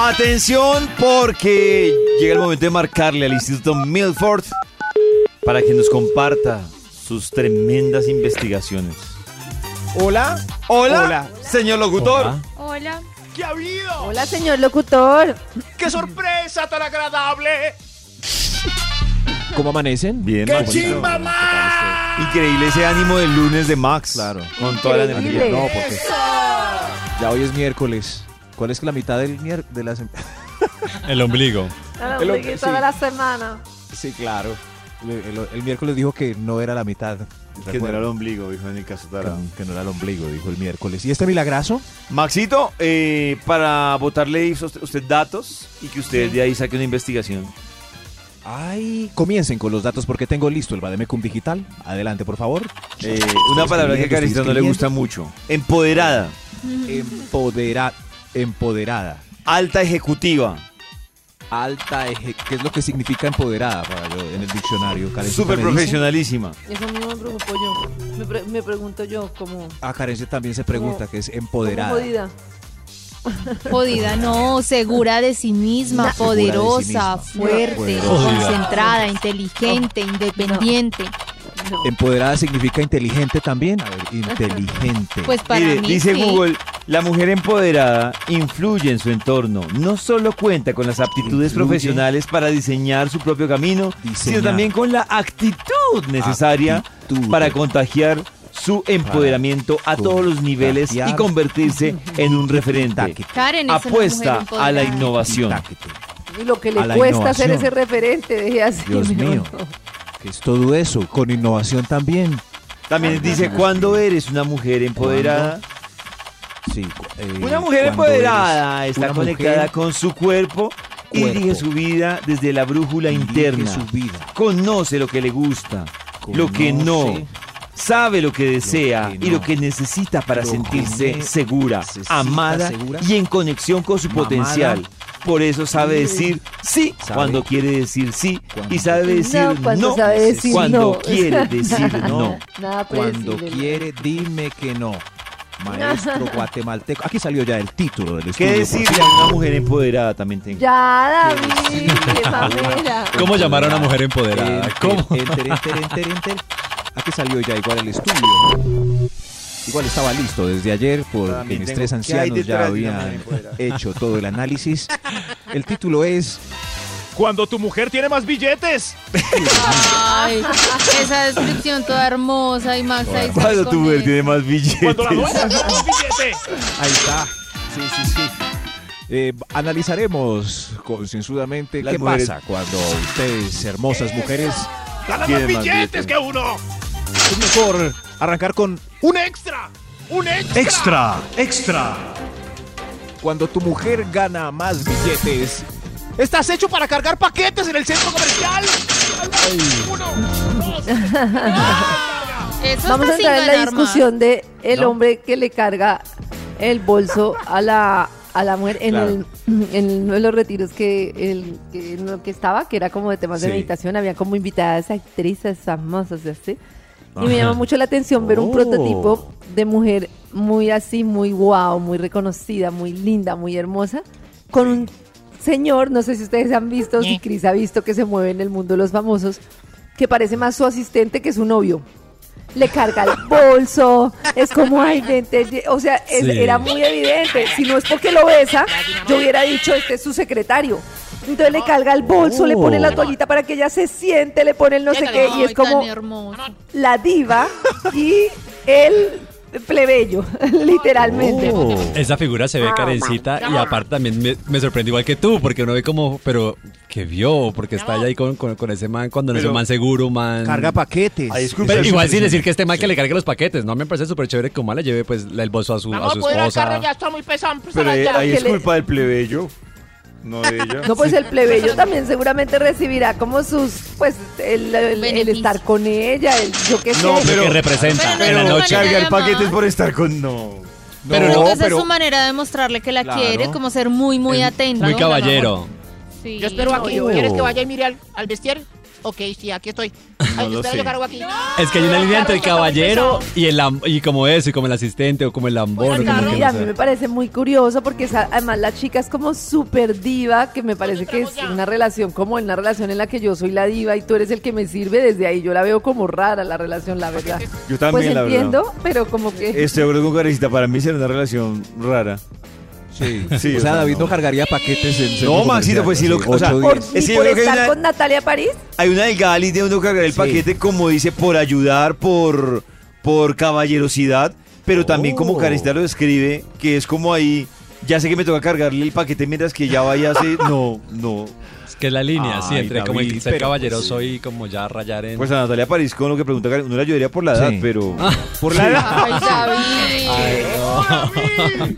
Atención porque llega el momento de marcarle al Instituto Milford para que nos comparta sus tremendas investigaciones. Hola. Hola, Hola. señor locutor. Hola. Hola. ¿Qué ha habido? Hola, señor locutor. ¡Qué sorpresa tan agradable! ¿Cómo amanecen? Bien, ¡Qué Maxito. chimba más! Increíble ese ánimo del lunes de Max. Claro. Con toda la energía. Increíble. No, porque ya hoy es miércoles. ¿Cuál es la mitad del mier- de la em-? sem- El ombligo. Hola, El hombre, amiguito sí. de Ah, la semana. Sí, claro. El, el- el miércoles dijo que no era la mitad. Que no era el Recuerdo. ombligo, dijo en el caso Que- tarado. que no era el ombligo, dijo el miércoles. ¿Y este milagrazo? Maxito, eh, para votarle a usted, usted datos y que usted de ahí saque una investigación. Ay, comiencen con los datos porque tengo listo el Bademecum digital. Adelante, por favor. Eh, una palabra que a Karencita no le gusta mucho. Empoderada, Empodera, empoderada. alta ejecutiva, Alta eje- ¿Qué es lo que significa empoderada para yo en el diccionario? Karencita súper me dice. profesionalísima. Eso mismo me pregunto yo. Me, pre- me pregunto yo como. A Karencia Ah, también se pregunta que es como empoderada. jodida. Jodida, no, segura de sí misma, Segura de sí poderosa, misma. fuerte, Poderosa. concentrada, inteligente, independiente. No. Empoderada significa inteligente también. A ver, inteligente. Pues para Mire, mí dice sí. Google, la mujer empoderada influye en su entorno. No solo cuenta con las aptitudes Influye. profesionales para diseñar su propio camino, Diseñar. sino también con la actitud necesaria Actitud. para contagiar su empoderamiento a todos los niveles y contagiar. convertirse en un referente. Taquete, Karen es una Apuesta mujer a la empoderada. innovación. taquete. Y lo que A la le cuesta hacer innovación. ese referente, deje así. Dios no, mío. no. Que es todo eso, con innovación también. También dice, cuando eres una mujer empoderada, Sí, cu- eh, Una mujer cuando empoderada eres está una mujer, conectada con su cuerpo, y Cuerpo. dirige su vida desde la brújula dirige interna. su vida. Conoce lo que le gusta, lo que no, Conoce. sabe lo que desea que y lo no. que necesita para Lo que sentirse ne- segura, necesita amada segura, y en conexión con su mamada. potencial. Por eso sabe decir sí Sabe. cuando quiere decir sí y Cuando sabe quiere. decir No, no, cuando sabe decir cuando no. quiere decir no. Nada Cuando predecible. quiere, dime que no. Maestro guatemalteco. Aquí salió ya el título del estudio. ¿Qué por decirle cierto. a una mujer empoderada también tengo? Ya, David, qué mamera. ¿Cómo llamar a una mujer empoderada? Enter, ¿Cómo? Enter, enter, enter, enter. Aquí salió ya igual el estudio. Igual estaba listo desde ayer por También mis Ah, tengo- tres ¿Qué hay ancianos ya detrás de una mujer habían empoderada? hecho todo el análisis. El título es Cuando tu mujer tiene más billetes. Ay, esa descripción toda hermosa y Max ahí está Cuando tu con mujer él. tiene más billetes. Cuando la dueña tiene más billetes. Ahí está. Sí, sí, sí. Eh, analizaremos concienzudamente Las qué mujeres. pasa cuando ustedes, hermosas mujeres, Gana más Tiene billetes, más billetes. que uno. es mejor arrancar con Un extra. Un extra. Extra, extra. cuando tu mujer gana más billetes. Estás hecho para cargar paquetes en el centro comercial. Uno, dos, tres. Eso está Vamos a sin entrar en la ganar más. discusión de el No. hombre que le carga el bolso a la, a la mujer en, Claro. el, en uno de los retiros que, el, que, en lo que estaba, que era como de temas Sí. de meditación, había como invitadas actrices famosas y así. Y Ajá. me llama mucho la atención ver un Oh. prototipo de mujer muy así, muy guau, muy reconocida, muy linda, muy hermosa, con un señor, no sé si ustedes han visto, si Cris ha visto que se mueve en el mundo de los famosos, que parece más su asistente que su novio. Le carga el bolso, es como, ay, vente, ye-". o sea, es- Sí. era muy evidente. Si no es porque lo besa, yo hubiera dicho, este es su secretario. Entonces le carga el bolso, le pone la Oh. toallita para que ella se siente, le pone el no sé qué, y Ay, es como, tan hermoso. la diva y el plebeyo, literalmente. Oh. Esa figura se ve carencita y aparte también me, me sorprende igual que tú, porque uno ve como, pero que vio, porque está allá ahí con, con, con ese man cuando no es Pero- un man seguro, man. Carga paquetes. Ay, disculpe. Pero Sí, igual sí, sin sí. decir que este man que le cargue los paquetes, no me parece súper chévere que Omar le lleve pues la- el bolso a su, a su esposa. Pero ahí que es le- culpa del plebeyo. no de ella. No, pues el plebeyo también seguramente recibirá como sus, pues, el, el- el estar con ella, el yo qué sé. No, pero- que representa Pero en Pero la no noche. cargar Nada más. paquetes por estar con. No. Pero Pero no, esa es su manera de mostrarle que la Claro. quiere, como ser muy, muy Es atento. Muy caballero. Sí. Yo espero aquí. yo- ¿Quieres que vaya y mire al, al vestiario? Ok, sí, aquí estoy. Ay, lo espera, sé. yo cargo aquí. Es que hay una Yo línea entre el cargo, está muy caballero pesado. y el am- y como eso, y como el asistente, o como el lambón. Pues o como claro. que Mira, a no mí sé. me parece muy curioso porque esa- además la chica es como súper diva, que me parece que es una relación como una relación en la que yo soy la diva y tú eres el que me sirve, desde ahí yo la veo como rara la relación, la verdad. Yo también, pues la verdad. entiendo, pero como que... Estoy de acuerdo con Karencita, para mí será una relación rara. Sí. Sí, o sea, o sea, David no, no. cargaría paquetes en No, Maxito, pues sí lo- o sea, Por, Es ni que yo por creo que hay estar una- con Natalia París, Hay una delgada línea donde uno cargar el Sí. paquete, como dice, por ayudar, por, por caballerosidad, pero también como Oh. Karencita lo describe, que es como ahí, ya sé que me toca cargarle el paquete mientras que ya vaya a hacer... No, no. Es que es la línea, sí, Ay, entre como David, el ser pero- caballeroso y como ya rayar en. Pues a Natalia París, con lo que pregunta Karen, uno la ayudaría por la edad, Sí. Ah, pero... por la Ay, David.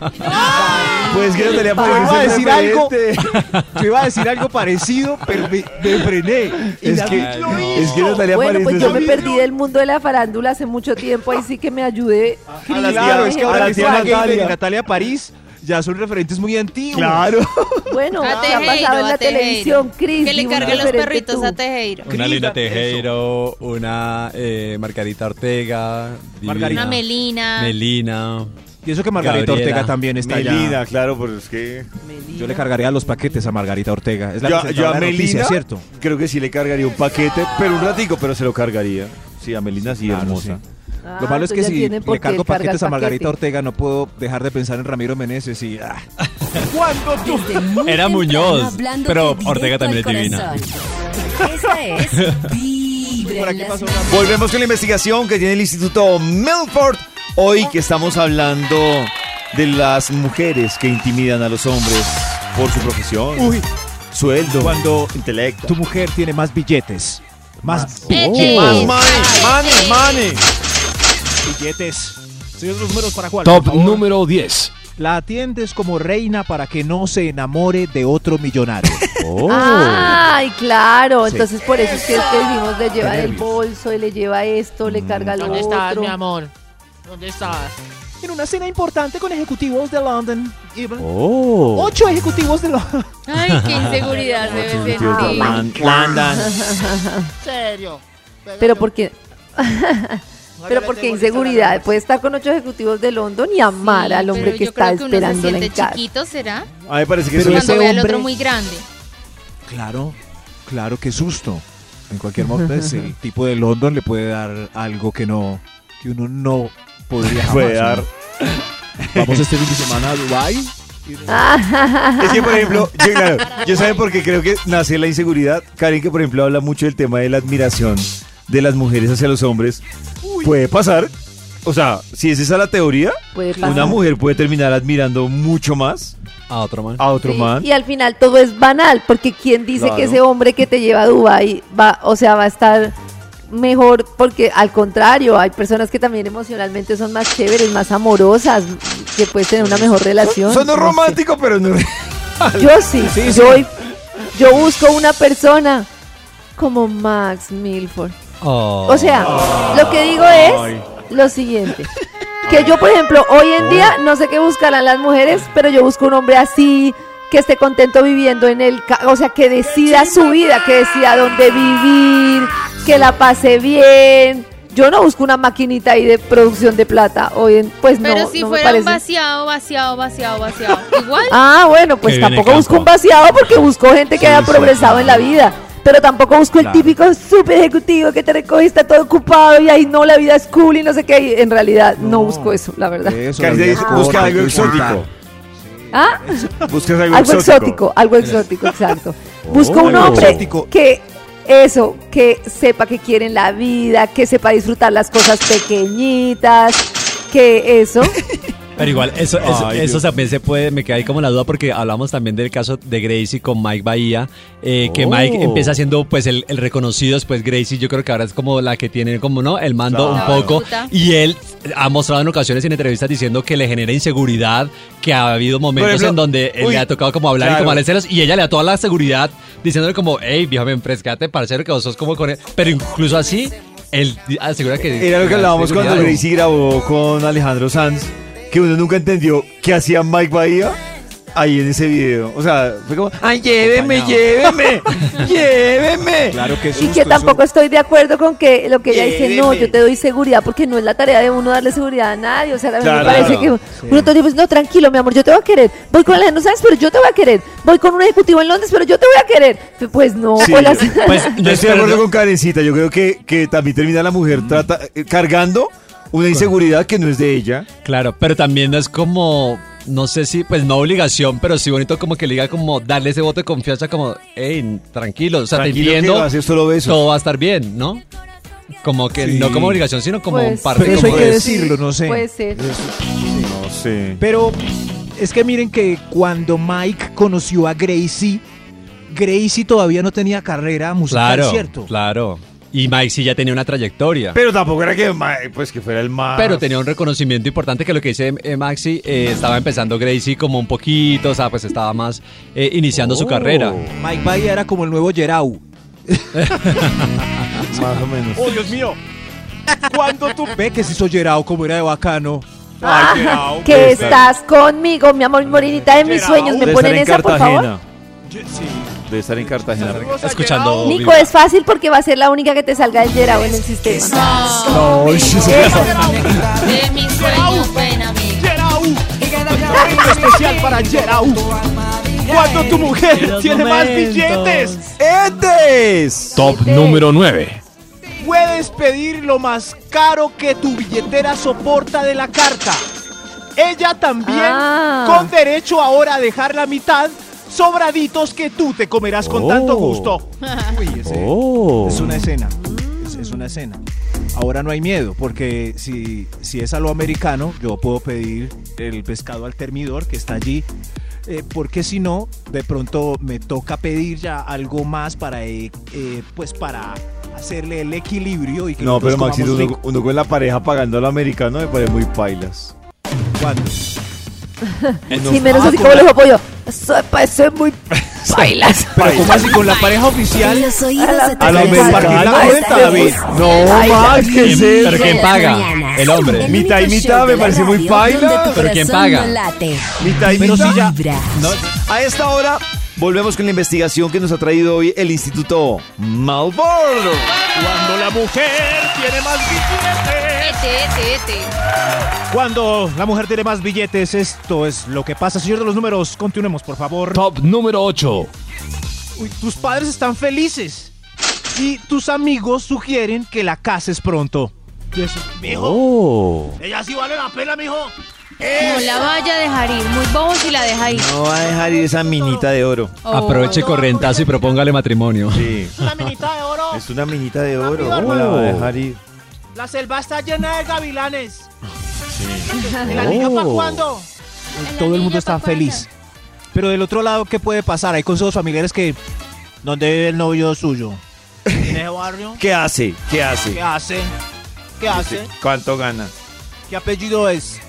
Pues que Natalia Yo París... iba a es decir una algo. referente. Yo iba a decir algo parecido, pero me, me frené. Y Es David- que, Ay, no. es que Natalia bueno, París... pues es yo la- me perdí del mundo de la farándula hace mucho tiempo, ahí sí que me ayudé. a la claro, tía- es que a ahora la la tía Natalia. Natalia. Natalia París ya son referentes muy antiguos. Claro. Bueno, ¿qué ha Tejeiro, pasado en a la Tejeiro. televisión, Cris? Que le di un cargue los referente perritos tú. a Tejeiro. Una Cris, Lina eso. Tejero, una eh, Margarita Ortega, divina. Margarita. Una Melina. Melina. Y eso que Margarita Gabriela. Ortega también está allá. Melina, claro, pero es que... Yo le cargaría los paquetes a Margarita Ortega. Es la Yo, yo presentadora a de la Melina, noticia, ¿cierto? creo que sí le cargaría un paquete, pero un ratico, pero se lo cargaría. Sí, a Melina sí, Claro, hermosa. sí. Ah, Lo malo es que entonces ya si tiene por le qué cargo cargar paquetes a Margarita paquete. Ortega no puedo dejar de pensar en Ramiro Meneses y... ah, Desde muy Era temprano, Muñoz, hablándote pero directo Ortega al también es divina. corazón. Esa es Vibra en las mañanas. Volvemos con la investigación que tiene el Instituto Milford. Hoy que estamos hablando de las mujeres que intimidan a los hombres por su profesión, Uy, sueldo, Cuando intelecto. tu mujer tiene más billetes. Más Billetes. Más billetes. money, money, money. billetes. Señor, los números para Juan. Top por favor. número 10. La atiendes como reina para que no se enamore de otro millonario. Ah. Ay, claro. Sí. Entonces por ¡Oh! eso es que, es que dijimos de llevar el nervios. Mm. bolso, le lleva esto, le carga lo ¿Dónde estás, otro. mi amor? ¿Dónde estás? en una cena importante con ejecutivos de London. Ocho ejecutivos de London. Ay, qué inseguridad debe sentir. ¿En serio? Pégale Pero un- porque, Ahora pero le porque tengo lista la inseguridad. lengua. Puede estar con ocho ejecutivos de London y amar Sí, al hombre pero que yo creo está uno se esperándola en siente casa. chiquito, ¿será? A mí me parece que Pero sí. ese Cuando ve al otro hombre- muy grande. Claro, claro, qué susto. En cualquier momento, pues, el tipo de London le puede dar algo que no, que uno no podría jamás, Puede ¿no? dar. Vamos este fin de semana a Dubai. Es que, por ejemplo, yo, claro, yo saben por qué creo que nace la inseguridad. Karen, que por ejemplo habla mucho del tema de la admiración de las mujeres hacia los hombres. Puede pasar. O sea, si es esa la teoría, Puede pasar. una mujer puede terminar admirando mucho más A Ah, otro man. a otro Sí, man. Y al final todo es banal, porque quién dice Claro. que ese hombre que te lleva a Dubai va, o sea, va a estar mejor, porque al contrario, hay personas que también emocionalmente son más chéveres, más amorosas, que puedes tener una mejor relación. Sonó no sé. romántico, pero no. Yo sí, yo, yo busco una persona como Max Milford. Oh. O sea, lo que digo es lo siguiente. Que yo, por ejemplo, hoy en día no sé qué buscarán las mujeres, pero yo busco un hombre así, que esté contento viviendo en el... ca- O sea, que decida su vida, que decida dónde vivir, que la pase bien. Yo no busco una maquinita ahí de producción de plata. Hoy en, pues no, Pero si no me fuera parece. un vaciado, vaciado, vaciado, vaciado. Igual. Ah, bueno, pues Que viene tampoco campo. busco un vaciado porque busco gente que Sí, haya sí, progresado en la vida. Pero tampoco busco Claro. el típico super ejecutivo que te recoge, está todo ocupado y ahí no, la vida es cool y no sé qué. Y en realidad no, busco eso, la verdad. Eso, Karen la vida dice, es busca corta, algo hay que disfrutar. exótico. ¿Ah? Buscas algo, Algo exótico, algo exótico, exacto. Busco un algo hombre exótico. que eso, que sepa que quiere en la vida, que sepa disfrutar las cosas pequeñitas, que eso. Pero igual, eso, eso, Ay, eso Dios. también se puede, me queda ahí como la duda porque hablamos también del caso de Gracie con Mike Bahía, eh, que Oh. Mike empieza siendo pues el, el reconocido, después Gracie yo creo que ahora es como la que tiene como, ¿no? El mando Claro. un poco. Puta. Y él ha mostrado en ocasiones en entrevistas diciendo que le genera inseguridad, que ha habido momentos ejemplo, en donde él uy, le ha tocado como hablar y claro. como darle celos y ella le da toda la seguridad diciéndole como, hey, viejo, ven, frescate, parcero, que vos sos como con él. Pero incluso así, él asegura que... Era lo que hablábamos cuando seguridad. Gracie grabó con Alejandro Sanz, que uno nunca entendió qué hacía Mike Bahía ahí en ese video. O sea, fue como, ¡ay, lléveme, lléveme! ¡Lléveme! Claro que Y susto, que eso- tampoco estoy de acuerdo con que lo que ella dice, no, yo te doy seguridad, porque no es la tarea de uno darle seguridad a nadie. O sea, a mí Claro, me parece claro, que uno todo el tiempo dice, no, tranquilo, mi amor, yo te voy a querer. Voy con Alejandro Sanz, pero yo te voy a querer. Voy con un ejecutivo en Londres, pero yo te voy a querer. F- Pues no, Sí, pues las- Pues Yo estoy de acuerdo con Karencita, yo creo que, que también termina la mujer trata, eh, cargando una inseguridad que no es de ella. Claro, pero también es como, no sé si, pues no obligación, pero sí bonito como que le diga como darle ese voto de confianza como, hey, tranquilo, o sea, Tranquilo te que entiendo, lo haces, solo besos. todo va a estar bien, ¿no? Como que Sí. no como obligación, sino como Pues, un parte. Pero eso hay como que de- decirlo, no sé. Pues, Puede ser. No sé. Pero es que miren que cuando Mike conoció a Gracie, Gracie todavía no tenía carrera musical, Claro, ¿cierto? claro. Y Mike sí ya tenía una trayectoria. Pero tampoco era que, Mike, pues, que fuera el más... Pero tenía un reconocimiento importante que lo que dice eh, Maxi, eh, estaba empezando Gracie como un poquito, o sea, pues estaba más eh, iniciando Oh. su carrera. Mike Bahía era como el nuevo Gerau. Más o menos. ¡Oh, Dios mío! Cuando tú ve que se hizo Gerau como era de bacano. Que estás conmigo, mi amor, morinita de mis Gerao. sueños. ¿Me Debe ponen estar esa, en por favor? Cartagena. Debe estar en Cartagena. Escuchando. Nico, es fácil porque va a ser la única que te salga del Gerao en el sistema. No, de mis sueños, ven a mí. ¡Gerau! Momento especial para Gerau. Cuando tu mujer tiene más billetes, ¡Edes! Top Siete. número 9. puedes pedir lo más caro que tu billetera soporta de la carta. Ella también, Ah. con derecho ahora a dejar la mitad, sobraditos que tú te comerás con tanto Oh. gusto. Uy, ese- Oh. Es una escena. Es, es una escena. Ahora no hay miedo, porque si, si es a lo americano, yo puedo pedir el pescado al termidor que está allí. eh, porque si no, de pronto me toca pedir ya algo más para, eh, eh, pues para hacerle el equilibrio y que No, pero nosotros Maxito, comamos uno, uno con la pareja pagando al americano me parece muy pailas. rico. ¿Cuándo? Y menos así como lo dijo Pollo. Soy, pues, soy muy bailas. Pero ¿cómo así con la pareja En oficial? los oídos de A tu la corazón. americana, Hasta David. No, Max, ¿qué es ¿Pero eso? quién las paga? mañanas. El hombre. único Mitad y show mitad, de me la parece muy radio paila. donde tu Pero ¿quién corazón paga? no late. Mitad y mitad. Vibra. A esta hora volvemos con la investigación que nos ha traído hoy el Instituto Malbordo. Cuando la mujer tiene más billetes. Ete, ete, ete. Cuando la mujer tiene más billetes, esto es lo que pasa. Señor de los números, continuemos, por favor. Top número 8. Uy, tus padres están felices. Y tus amigos sugieren que la cases pronto. Y eso, mijo. Oh. Ella sí vale la pena, mijo. No la vaya a dejar ir. Muy bobo si la deja ir. No va a dejar ir esa minita de oro. Oh. Aproveche correntazo y propóngale matrimonio. Sí. Una minita de oro. Es una minita de oro. Rápido, ¿Cómo la va a hermano. dejar ir? La selva está llena de gavilanes. ¿El anillo Oh. para cuándo? Todo el mundo está feliz. Pero del otro lado, ¿qué puede pasar? Hay consejos familiares que... ¿Dónde vive el novio suyo? ¿En ese barrio? ¿Qué hace? ¿Qué ¿Qué hace? hace? ¿Qué hace? ¿Cuánto gana? ¿Qué apellido es?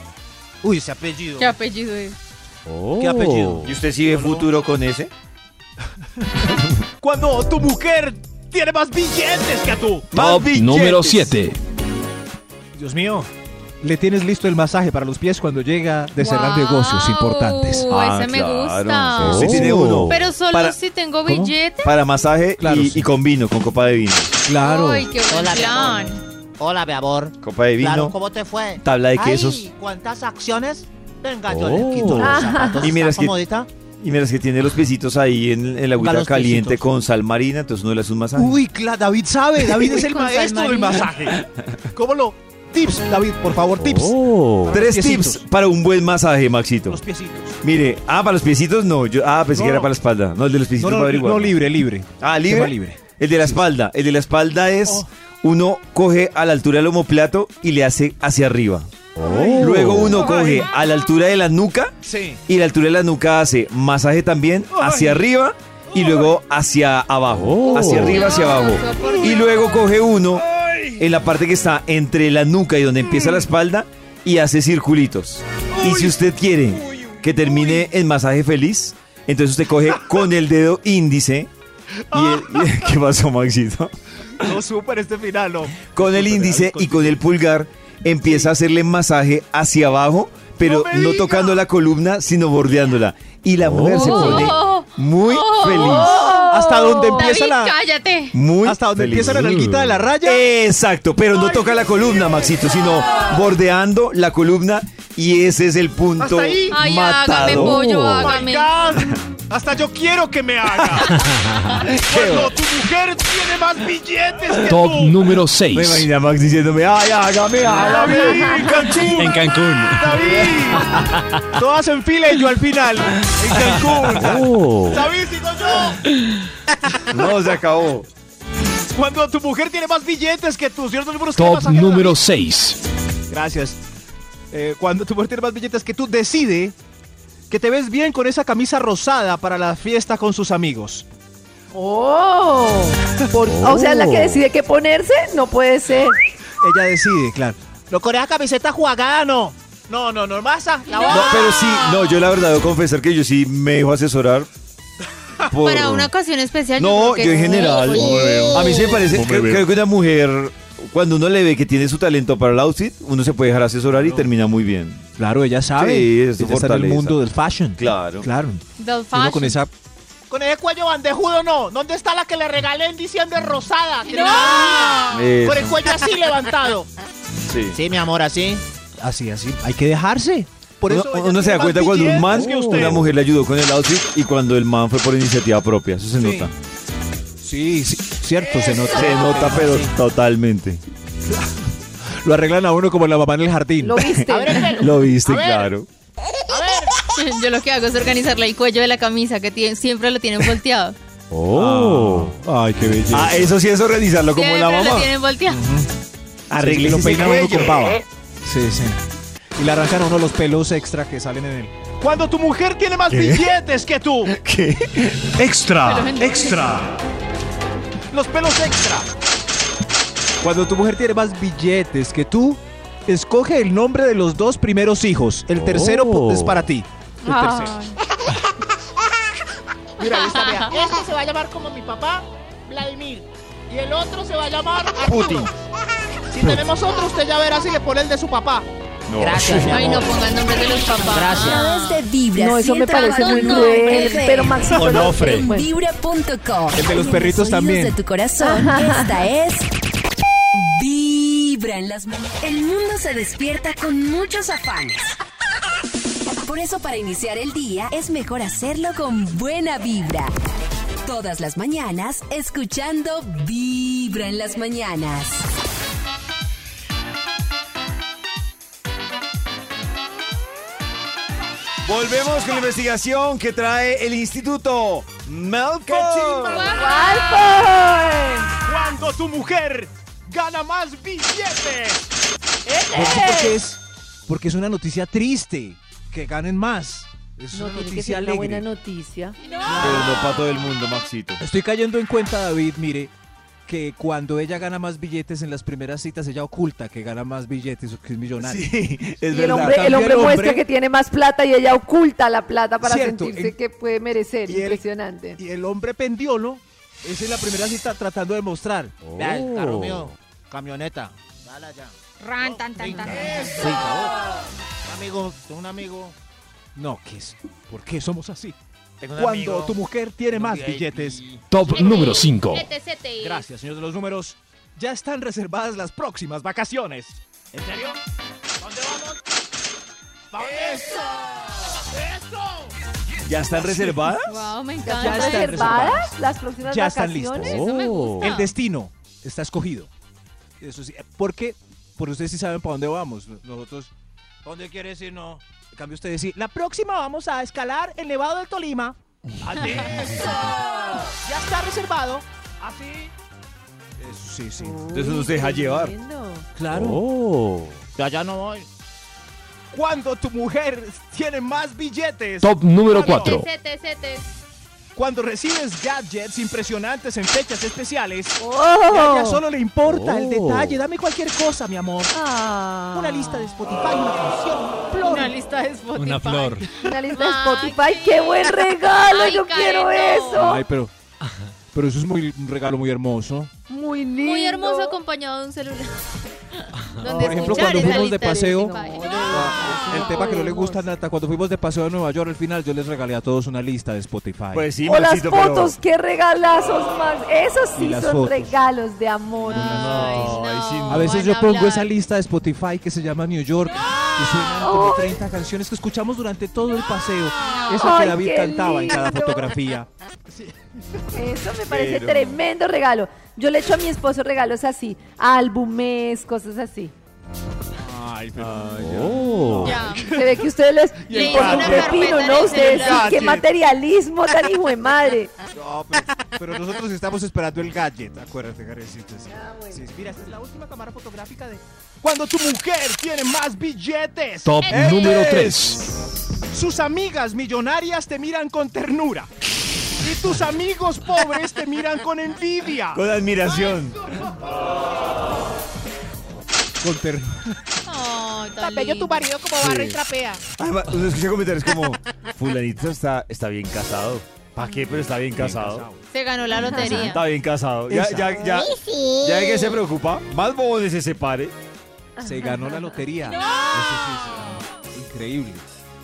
Uy, ese apellido. ¿Qué apellido es? ¿Qué apellido? ¿Y usted sí ve futuro con ese? Cuando tu mujer tiene más billetes que tú. Top número 7. Dios mío. Le tienes listo el masaje para los pies cuando llega de cerrar Wow, negocios importantes. Ah, Uh, ese me claro, gusta. sí. Usted tiene Oh. uno. Pero solo Para- si tengo billete. Para masaje Claro, y, sí. y con vino, con copa de vino. Claro. Ay, qué buen Hola, mi amor. plan. Hola, mi amor. Copa de Claro, vino, ¿cómo te fue? tabla de quesos. Ay, ¿cuántas acciones? Venga, yo Oh. le quito los zapatos. Y mira, es ¿Está que- comodita? Y mientras que tiene los piecitos ahí en, en la agüita los caliente piecitos. con sal marina, entonces no le hace un masaje. Uy, cla- David sabe. David es el Con maestro del Salmarina. masaje. ¿Cómo lo? Tips, David, por favor, tips. Oh. Tres Piecitos. tips para un buen masaje, Maxito. Los piecitos. Mire, ah, para los piecitos no. Yo, ah, pensé No, que era no. para la espalda. No, el de los No, piecitos no, para averiguar. no, libre, libre. Ah, Tema libre. libre. Oh. El de la espalda. El de la espalda es uno coge a la altura del omoplato y le hace hacia arriba. Oh. Luego uno coge a la altura de la nuca Sí. y la altura de la nuca hace masaje también hacia arriba y luego hacia abajo. Oh. Hacia arriba, hacia abajo. Y luego coge uno en la parte que está entre la nuca y donde empieza la espalda y hace circulitos. Y si usted quiere que termine en masaje feliz, entonces usted coge con el dedo índice. Y el- ¿Qué pasó, Maxito? No, súper este final, no. Con el índice y con el pulgar empieza a hacerle masaje hacia abajo, pero ¡No me no, diga! tocando la columna, sino bordeándola. Y la mujer se pone Oh. muy Oh. feliz. Hasta donde David, empieza la. cállate. Muy Hasta donde feliz. empieza la nalguita de la raya. Exacto, pero no toca la columna, Maxito, sino bordeando la columna y ese es el punto Hasta ahí. Ay, hágame matado. pollo, Oh my hágame. God. Hasta yo quiero que me haga. Cuando tu mujer tiene más billetes que Top tú. número Me 6. imagino a Max diciéndome, ay, hágame, hágame. David, Cancún. En Cancún. David. Todas en fila y yo al final. En Cancún. David, digo yo. No, se acabó. Cuando tu mujer tiene más billetes que tú, ¿cierto? Números que Top más sacan, número 6. David. Gracias. Eh, cuando tu mujer tiene más billetes que tú, decide que te ves bien con esa camisa rosada para la fiesta con sus amigos. ¡Oh! Por- O sea, la que Oh. decide qué ponerse, no puede ser. Ella decide, claro. Lo corea camiseta jugada, no. No, no, no, masa. La No, ¡Ah! va- pero sí, no, yo la verdad debo confesar que yo sí me dejo asesorar. por- Para una ocasión especial. No, creo yo que en sí. general. Oye. A mí sí me parece, creo, creo que una mujer, cuando uno le ve que tiene su talento para el outfit, uno se puede dejar asesorar y termina muy bien. Claro, ella sabe. Sí, es ella está su en el fortaleza. mundo del fashion. Claro. Claro. Del Uno con fashion. esa Con ese cuello bandejudo, no. ¿Dónde está la que le regalé en diciembre rosada? Que No. le- Con Eso, el cuello así levantado. sí. Sí, mi amor, así. así, así. Hay que dejarse. Por e- Uno, eso uno se ella tiene da más cuenta cuando un billetes man, que usted. una mujer le ayudó con el outfit y cuando el man fue por iniciativa propia. Eso se Sí. Ah, nota. Sí, sí. Cierto, se nota. Se nota, pero totalmente. Lo arreglan a uno como la mamá en el jardín. Lo viste. Lo viste, A ver. claro. Yo lo que hago es organizarle el cuello de la camisa, que tiene- siempre lo tienen volteado. Oh. Ay, qué belleza. Ah, eso sí es organizarlo como siempre la lo mamá. tienen volteado. Arregle Arregle lo ese peina uno cuello. con pava. ¿eh? Sí, sí. Y le arrancan a uno los pelos extra que salen en él. Cuando tu mujer tiene más billetes que tú. Pero Extra, en- extra. Los pelos extra. Cuando tu mujer tiene más billetes que tú, escoge el nombre de los dos primeros hijos. El tercero Oh. es para ti. Ah. Ay. Mira, esta, vea. Este se va a llamar como mi papá, Vladimir. Y el otro se va a llamar Arturo. Putin. Si tenemos otro, usted ya verá si le pone el de su papá. Gracias. Ay, no pongan nombre de los papás. Través de Vibra. No, eso me parece muy no, cruel. café. Pero Maxito no. Onofre. pero bueno. Vibra.com. El de los En perritos oídos también. de tu corazón. Esta es. Vibra en las mañanas. El mundo se despierta con muchos afanes. Por eso, para iniciar el día, es mejor hacerlo con buena vibra. Todas las mañanas, escuchando Vibra en las mañanas. Volvemos con la investigación que trae el Instituto Melford. Cuando tu mujer gana más billetes. Eh. Porque es, porque es una noticia triste. Que ganen más. Es No una tiene que noticia ser una alegre. buena noticia. Pero no para todo el mundo, Maxito. Estoy cayendo en cuenta, David, mire, que cuando ella gana más billetes en las primeras citas, ella oculta que gana más billetes o que es millonaria. Es Y el verdad. hombre, el Cambia hombre el hombre. muestra que tiene más plata y ella oculta la plata para Cierto, sentirse el- que puede merecer. y el- Impresionante. Y el hombre pendiolo es en la primera cita tratando de mostrar. Vea, el carro mío, camioneta. Dale allá. Ran, tan, tan, tan. Sí, cabrón. Un amigo, tengo un amigo. No, ¿qué es? ¿Por qué somos así? Tengo un Cuando amigo, tu mujer tiene un más VIP. billetes. Top número 5. Sete, sete. Gracias, señor de los números. Ya están reservadas las próximas vacaciones. ¿En serio? ¿Dónde vamos? ¿Pa' dónde? ¿Ya están reservadas? Wow, me ¿Ya encanta. están están reservadas reservadas. las próximas Ya están vacaciones? Eso me Oh. gusta. El destino está escogido. Eso sí, porque, porque ustedes sí saben para dónde vamos. Nosotros, ¿a ¿dónde quieres ir? No. En cambio, ustedes sí. La próxima vamos a escalar el Nevado del Tolima. Ya está reservado. Así. Eso sí, sí. Entonces uno se deja llevar. Tremendo. Claro. Ya, ya no voy. Cuando tu mujer tiene más billetes. Top número Tete, 4. tete, tete. Cuando recibes gadgets impresionantes en fechas especiales. Y a ella ¡Oh! solo le importa el Oh. detalle. Dame cualquier cosa, mi amor. Ah. Una lista de Spotify, una canción, un Una flor. lista de Spotify. Una flor. Una lista de Ay, Spotify. qué- ¡Qué buen regalo! Ay, ¡Yo Karen, no. quiero eso! Ay, pero, pero eso es muy, un regalo muy hermoso. Muy lindo. Muy hermoso acompañado de un celular. Donde Por ejemplo, escuchar cuando esa fuimos de lista paseo, Spotify. el tema que no le gusta a Nata, cuando fuimos de paseo a Nueva York al final, yo les regalé a todos una lista de Spotify. Pues sí, O las Maxito, pero- fotos, qué regalazos, Max. Esos Y sí son las fotos. regalos de amor. Ay, no, Ay, sí, no. a veces van yo pongo hablar. esa lista de Spotify que se llama New York y suenan como 30 canciones que escuchamos durante todo el paseo. Esa que Ay, David qué cantaba en cada lindo. fotografía. Eso me parece Pero- tremendo regalo. Yo le echo a mi esposo regalos así, álbumes, cosas así. Oh. Ya. Se ve que ustedes les Le por hizo un una pepino, carpeta en ¿no? el Ustedes sí, celular. qué materialismo tan hijo de madre. No, pero, pero nosotros estamos esperando el gadget, acuérdate, Karencita. sí. Sí, mira, esta es la última cámara fotográfica de. Cuando tu mujer tiene más billetes. Top Este número es. 3. Sus amigas millonarias te miran con ternura. Y tus amigos pobres te miran con envidia. Con admiración. Con ter- Ay, tan Tapello lindo. tu marido como barra y Sí. trapea. Además, uno escucha comentarios como, fulanito está, está bien casado. ¿Para qué? Pero está bien casado. Se ganó la lotería. Está bien casado. Ya, ya, ya. Ya de que se preocupa, más bobones se separe. Se ganó la lotería. Eso sí, sí, increíble.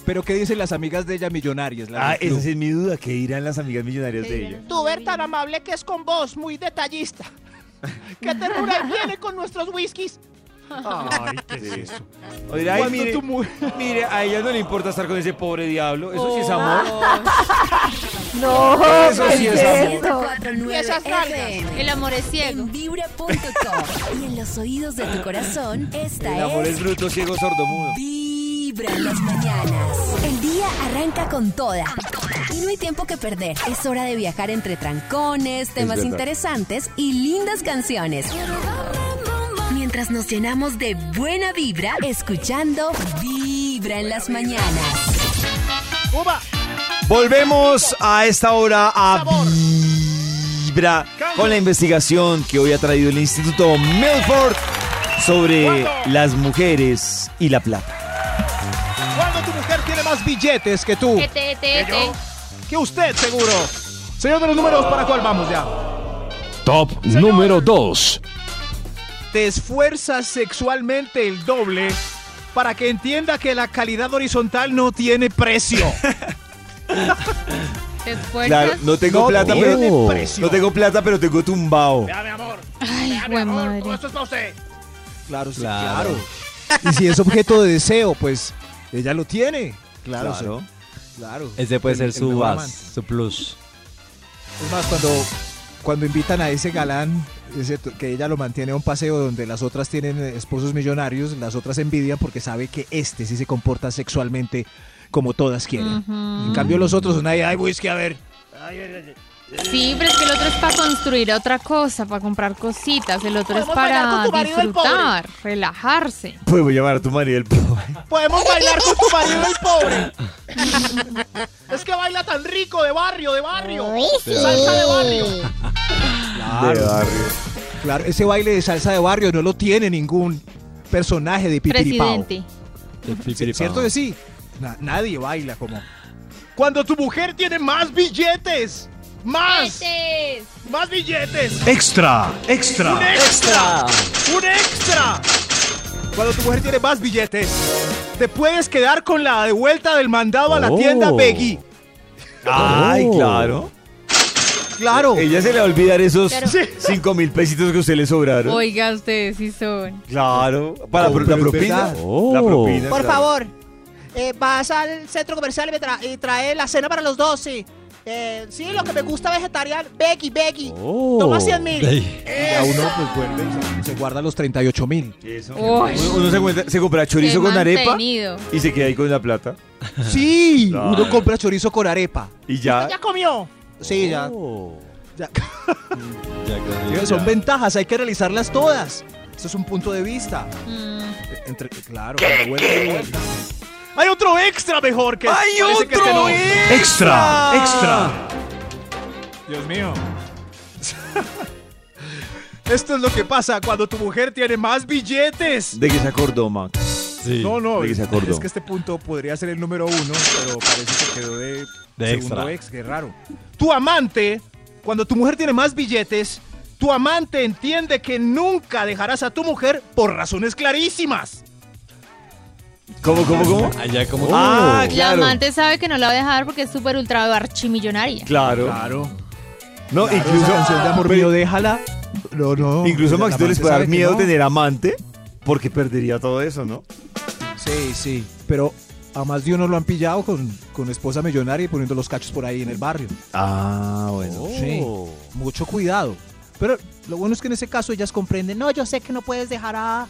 Pero ¿qué dicen las amigas de ella millonarias? las Ah, del esa club? sí es mi duda. ¿Qué dirán las amigas millonarias ¿Qué de dirán? ella? Tu ver tan amable que es con vos, muy detallista. Qué ternura y viene con nuestros whiskies. Ay, ¿qué es eso? Oiga, ay, Cuando mire, tu mu- mire, a ella no le importa estar con ese pobre diablo. Eso sí es amor. No, Eso ¿qué sí es es amor. eso? Y esas nalgas. El amor es ciego. En vibra.com y en los oídos de tu corazón, esta El amor es es bruto, ciego, sordo, mudo. Vibra en las mañanas. El día arranca con toda. Y no hay tiempo que perder. Es hora de viajar entre trancones, temas verdad. interesantes y lindas canciones. Mientras nos llenamos de buena vibra, escuchando Vibra en las mañanas. Uva, Volvemos a esta hora a sabor. Vibra con la investigación que hoy ha traído el Instituto Milford sobre las mujeres y la plata. Cuando tu mujer tiene más billetes que tú. Eh. Ete, ete, ete. Que usted, seguro. Señor de los números, ¿para cuál vamos ya? Top número 2. Te esfuerzas sexualmente el doble para que entienda que la calidad horizontal no tiene precio. ¿Te esfuerzas? Claro, no tengo No plata, tiene pero Oh. precio. no tengo plata, pero tengo tumbao. Vea, mi amor. Ay, Vea, mi güey, amor. madre. Todo esto es para usted. Claro, sí, Claro. claro. Y si es objeto de deseo, pues ella lo tiene. Claro, Claro. sí, claro. Ese puede El- ser el su mejor base, amante. su plus. Es más, cuando, cuando invitan a ese galán, ese t- que ella lo mantiene a un paseo donde las otras tienen eh, esposos millonarios, las otras envidian porque sabe que este sí se comporta sexualmente como todas quieren. En cambio, los otros son ahí, ay, whisky, a ver. Sí, pero es que el otro es para construir otra cosa, para comprar cositas. El otro es Podemos bailar para con tu marido, el disfrutar, relajarse. Podemos llamar a tu marido el pobre. Podemos bailar con tu marido el pobre. es que baila tan rico de barrio, de barrio. Salsa de barrio. De barrio. Claro, ese baile de salsa de barrio no lo tiene ningún personaje de pipiripao. Presidente. Sí, ¿Cierto que sí? Na- nadie baila como... Cuando tu mujer tiene más billetes. Más. Ete. Más billetes. Extra, extra. Extra. Un extra. Cuando tu mujer tiene más billetes, te puedes quedar con la de vuelta del mandado a la Oh. tienda Peggy. Ay, claro. ¡Claro! Oh. Ella se le va a olvidar esos Claro. sí, cinco mil pesitos que a usted le sobraron. Oiga, ustedes sí son. Claro. Para Ah, Oh, pro- pero la es propina. verdad. Oh. La propina. Por claro. favor, eh, vas al centro comercial y, me tra- y trae la cena para los dos, sí. Eh, sí, lo que me gusta vegetariano. Becky, Becky. Oh. Toma 100 mil. Ey, Y a uno pues vuelve y se, se guarda los 38 mil. Uy, Uno, uno se, encuentra- se compra qué chorizo con arepa mantenido. y se queda ahí con la plata. ¡Sí! Claro. Uno compra chorizo con arepa. Y ya. Ya comió. Sí, ya. Oh. ya. ya con- Digo, ya. Son ventajas, hay que realizarlas todas. Eso es un punto de vista. Mm, Entre, claro, pero bueno, bueno. Hay otro extra mejor que. ¡Hay parece que este otro no. extra! Extra, extra. Dios mío. Esto es lo que pasa cuando tu mujer tiene más billetes. ¿De qué se acordó, Max? Sí. No, no, de que se acordó. es que este punto podría ser el número uno, pero parece que quedó de, De segundo extra. ex, qué raro. Tu amante, cuando tu mujer tiene más billetes, tu amante entiende que nunca dejarás a tu mujer por razones clarísimas. ¿Cómo, Ah, cómo, cómo? Allá como... Ah, La claro. amante sabe que no la va a dejar porque es súper ultra archimillonaria. Claro. Claro. No, Incluso incluso, canción de amor pero- mío, déjala. No, no. Pues, incluso El Max, tú les amante puede sabe dar que miedo no. tener amante porque perdería todo eso, ¿no? Sí, sí, pero a más de uno lo han pillado con, con esposa millonaria y poniendo los cachos por ahí en el barrio. Ah, bueno. Sí, mucho cuidado. Pero lo bueno es que en ese caso ellas comprenden, no, yo sé que no puedes dejar a...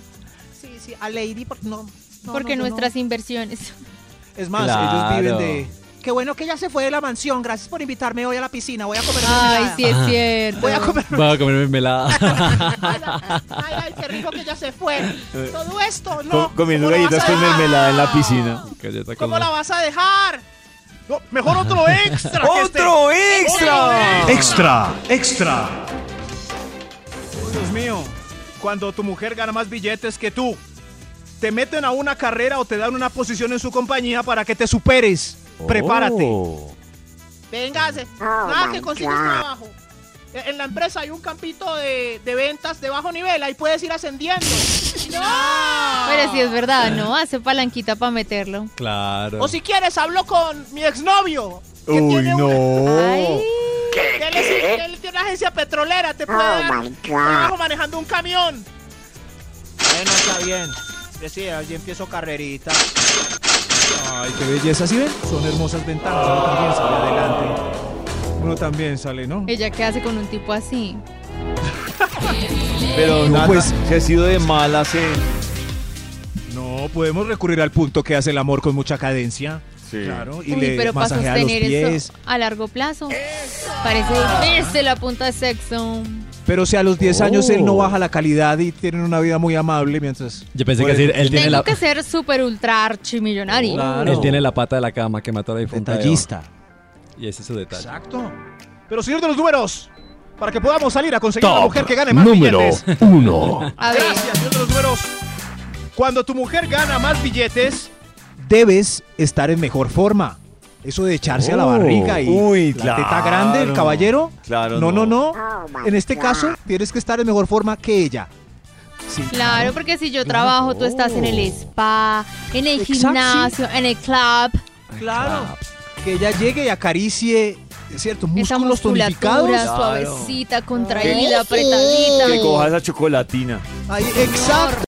Sí, sí, a Lady, porque no. no, porque no, no, no. nuestras inversiones. Es Ah, más, Claro. ellos viven de... Qué bueno que ella se fue de la mansión. Gracias por invitarme hoy a la piscina. Voy a comer. Ay, mermelada. sí es Ah. cierto. Voy a comer. Voy a comerme melada. Ay, ay, qué rico que ella se fue. Todo esto, no. Com- comiendo ¿Cómo la galletas vas a con dejar? mermelada en la piscina. Galleta con ¿Cómo la vas a dejar? No, mejor otro extra. que este. ¡Otro extra! Extra, extra. Dios mío, cuando tu mujer gana más billetes que tú, te meten a una carrera o te dan una posición en su compañía para que te superes. Prepárate. Oh. Véngase. Nada, que consigues trabajo. Eh, En la empresa hay un campito de, de ventas de bajo nivel. Ahí puedes ir ascendiendo. ¡No! Pero sí es verdad, ¿no? Hace palanquita para meterlo. Claro. O si quieres, hablo con mi exnovio. que Uy, tiene un- no. Ay. que él, es- que él tiene una agencia petrolera. Te puede dar trabajo manejando un camión. Bueno, está bien. Decía, yo empiezo carrerita. Ay, qué belleza, ¿sí ven? Son hermosas ventanas. Uno también sale adelante. Uno también sale, ¿no? Ella qué hace con un tipo así. Pero no, pues- pues se ha sido de malas en. No, podemos recurrir al punto que hace el amor con mucha cadencia. Sí. Claro, y Uy, le pero para masajea los sostener pies. eso a largo plazo. Parece verse la punta de sexo. Pero si a los 10 años él no Oh. baja la calidad y tienen una vida muy amable mientras... Yo pensé que Bueno, decir, él tiene Tengo la... que ser súper ultra archimillonario. Claro. Él tiene la pata de la cama que mató a la difunta. de Detallista. Eva. Y ese es su detalle. Exacto. Pero señor de los números, para que podamos salir a conseguir una Top mujer que gane más número billetes. 1. A ver, Gracias, señor de los números. Cuando tu mujer gana más billetes, debes estar en mejor forma. Eso de echarse a la Oh, barriga y uy, la claro. teta grande, el caballero. Claro, no, no, no. no. En este caso, tienes que estar en mejor forma que ella. Sí, Oh. claro, porque si yo trabajo, tú estás en el spa, en el Exacto, gimnasio, en el club. Claro. Que ella llegue y acaricie, ¿cierto? Esa Músculos tonificados. musculatura suavecita, contraída, apretadita. Que coja esa chocolatina. Ahí, exacto.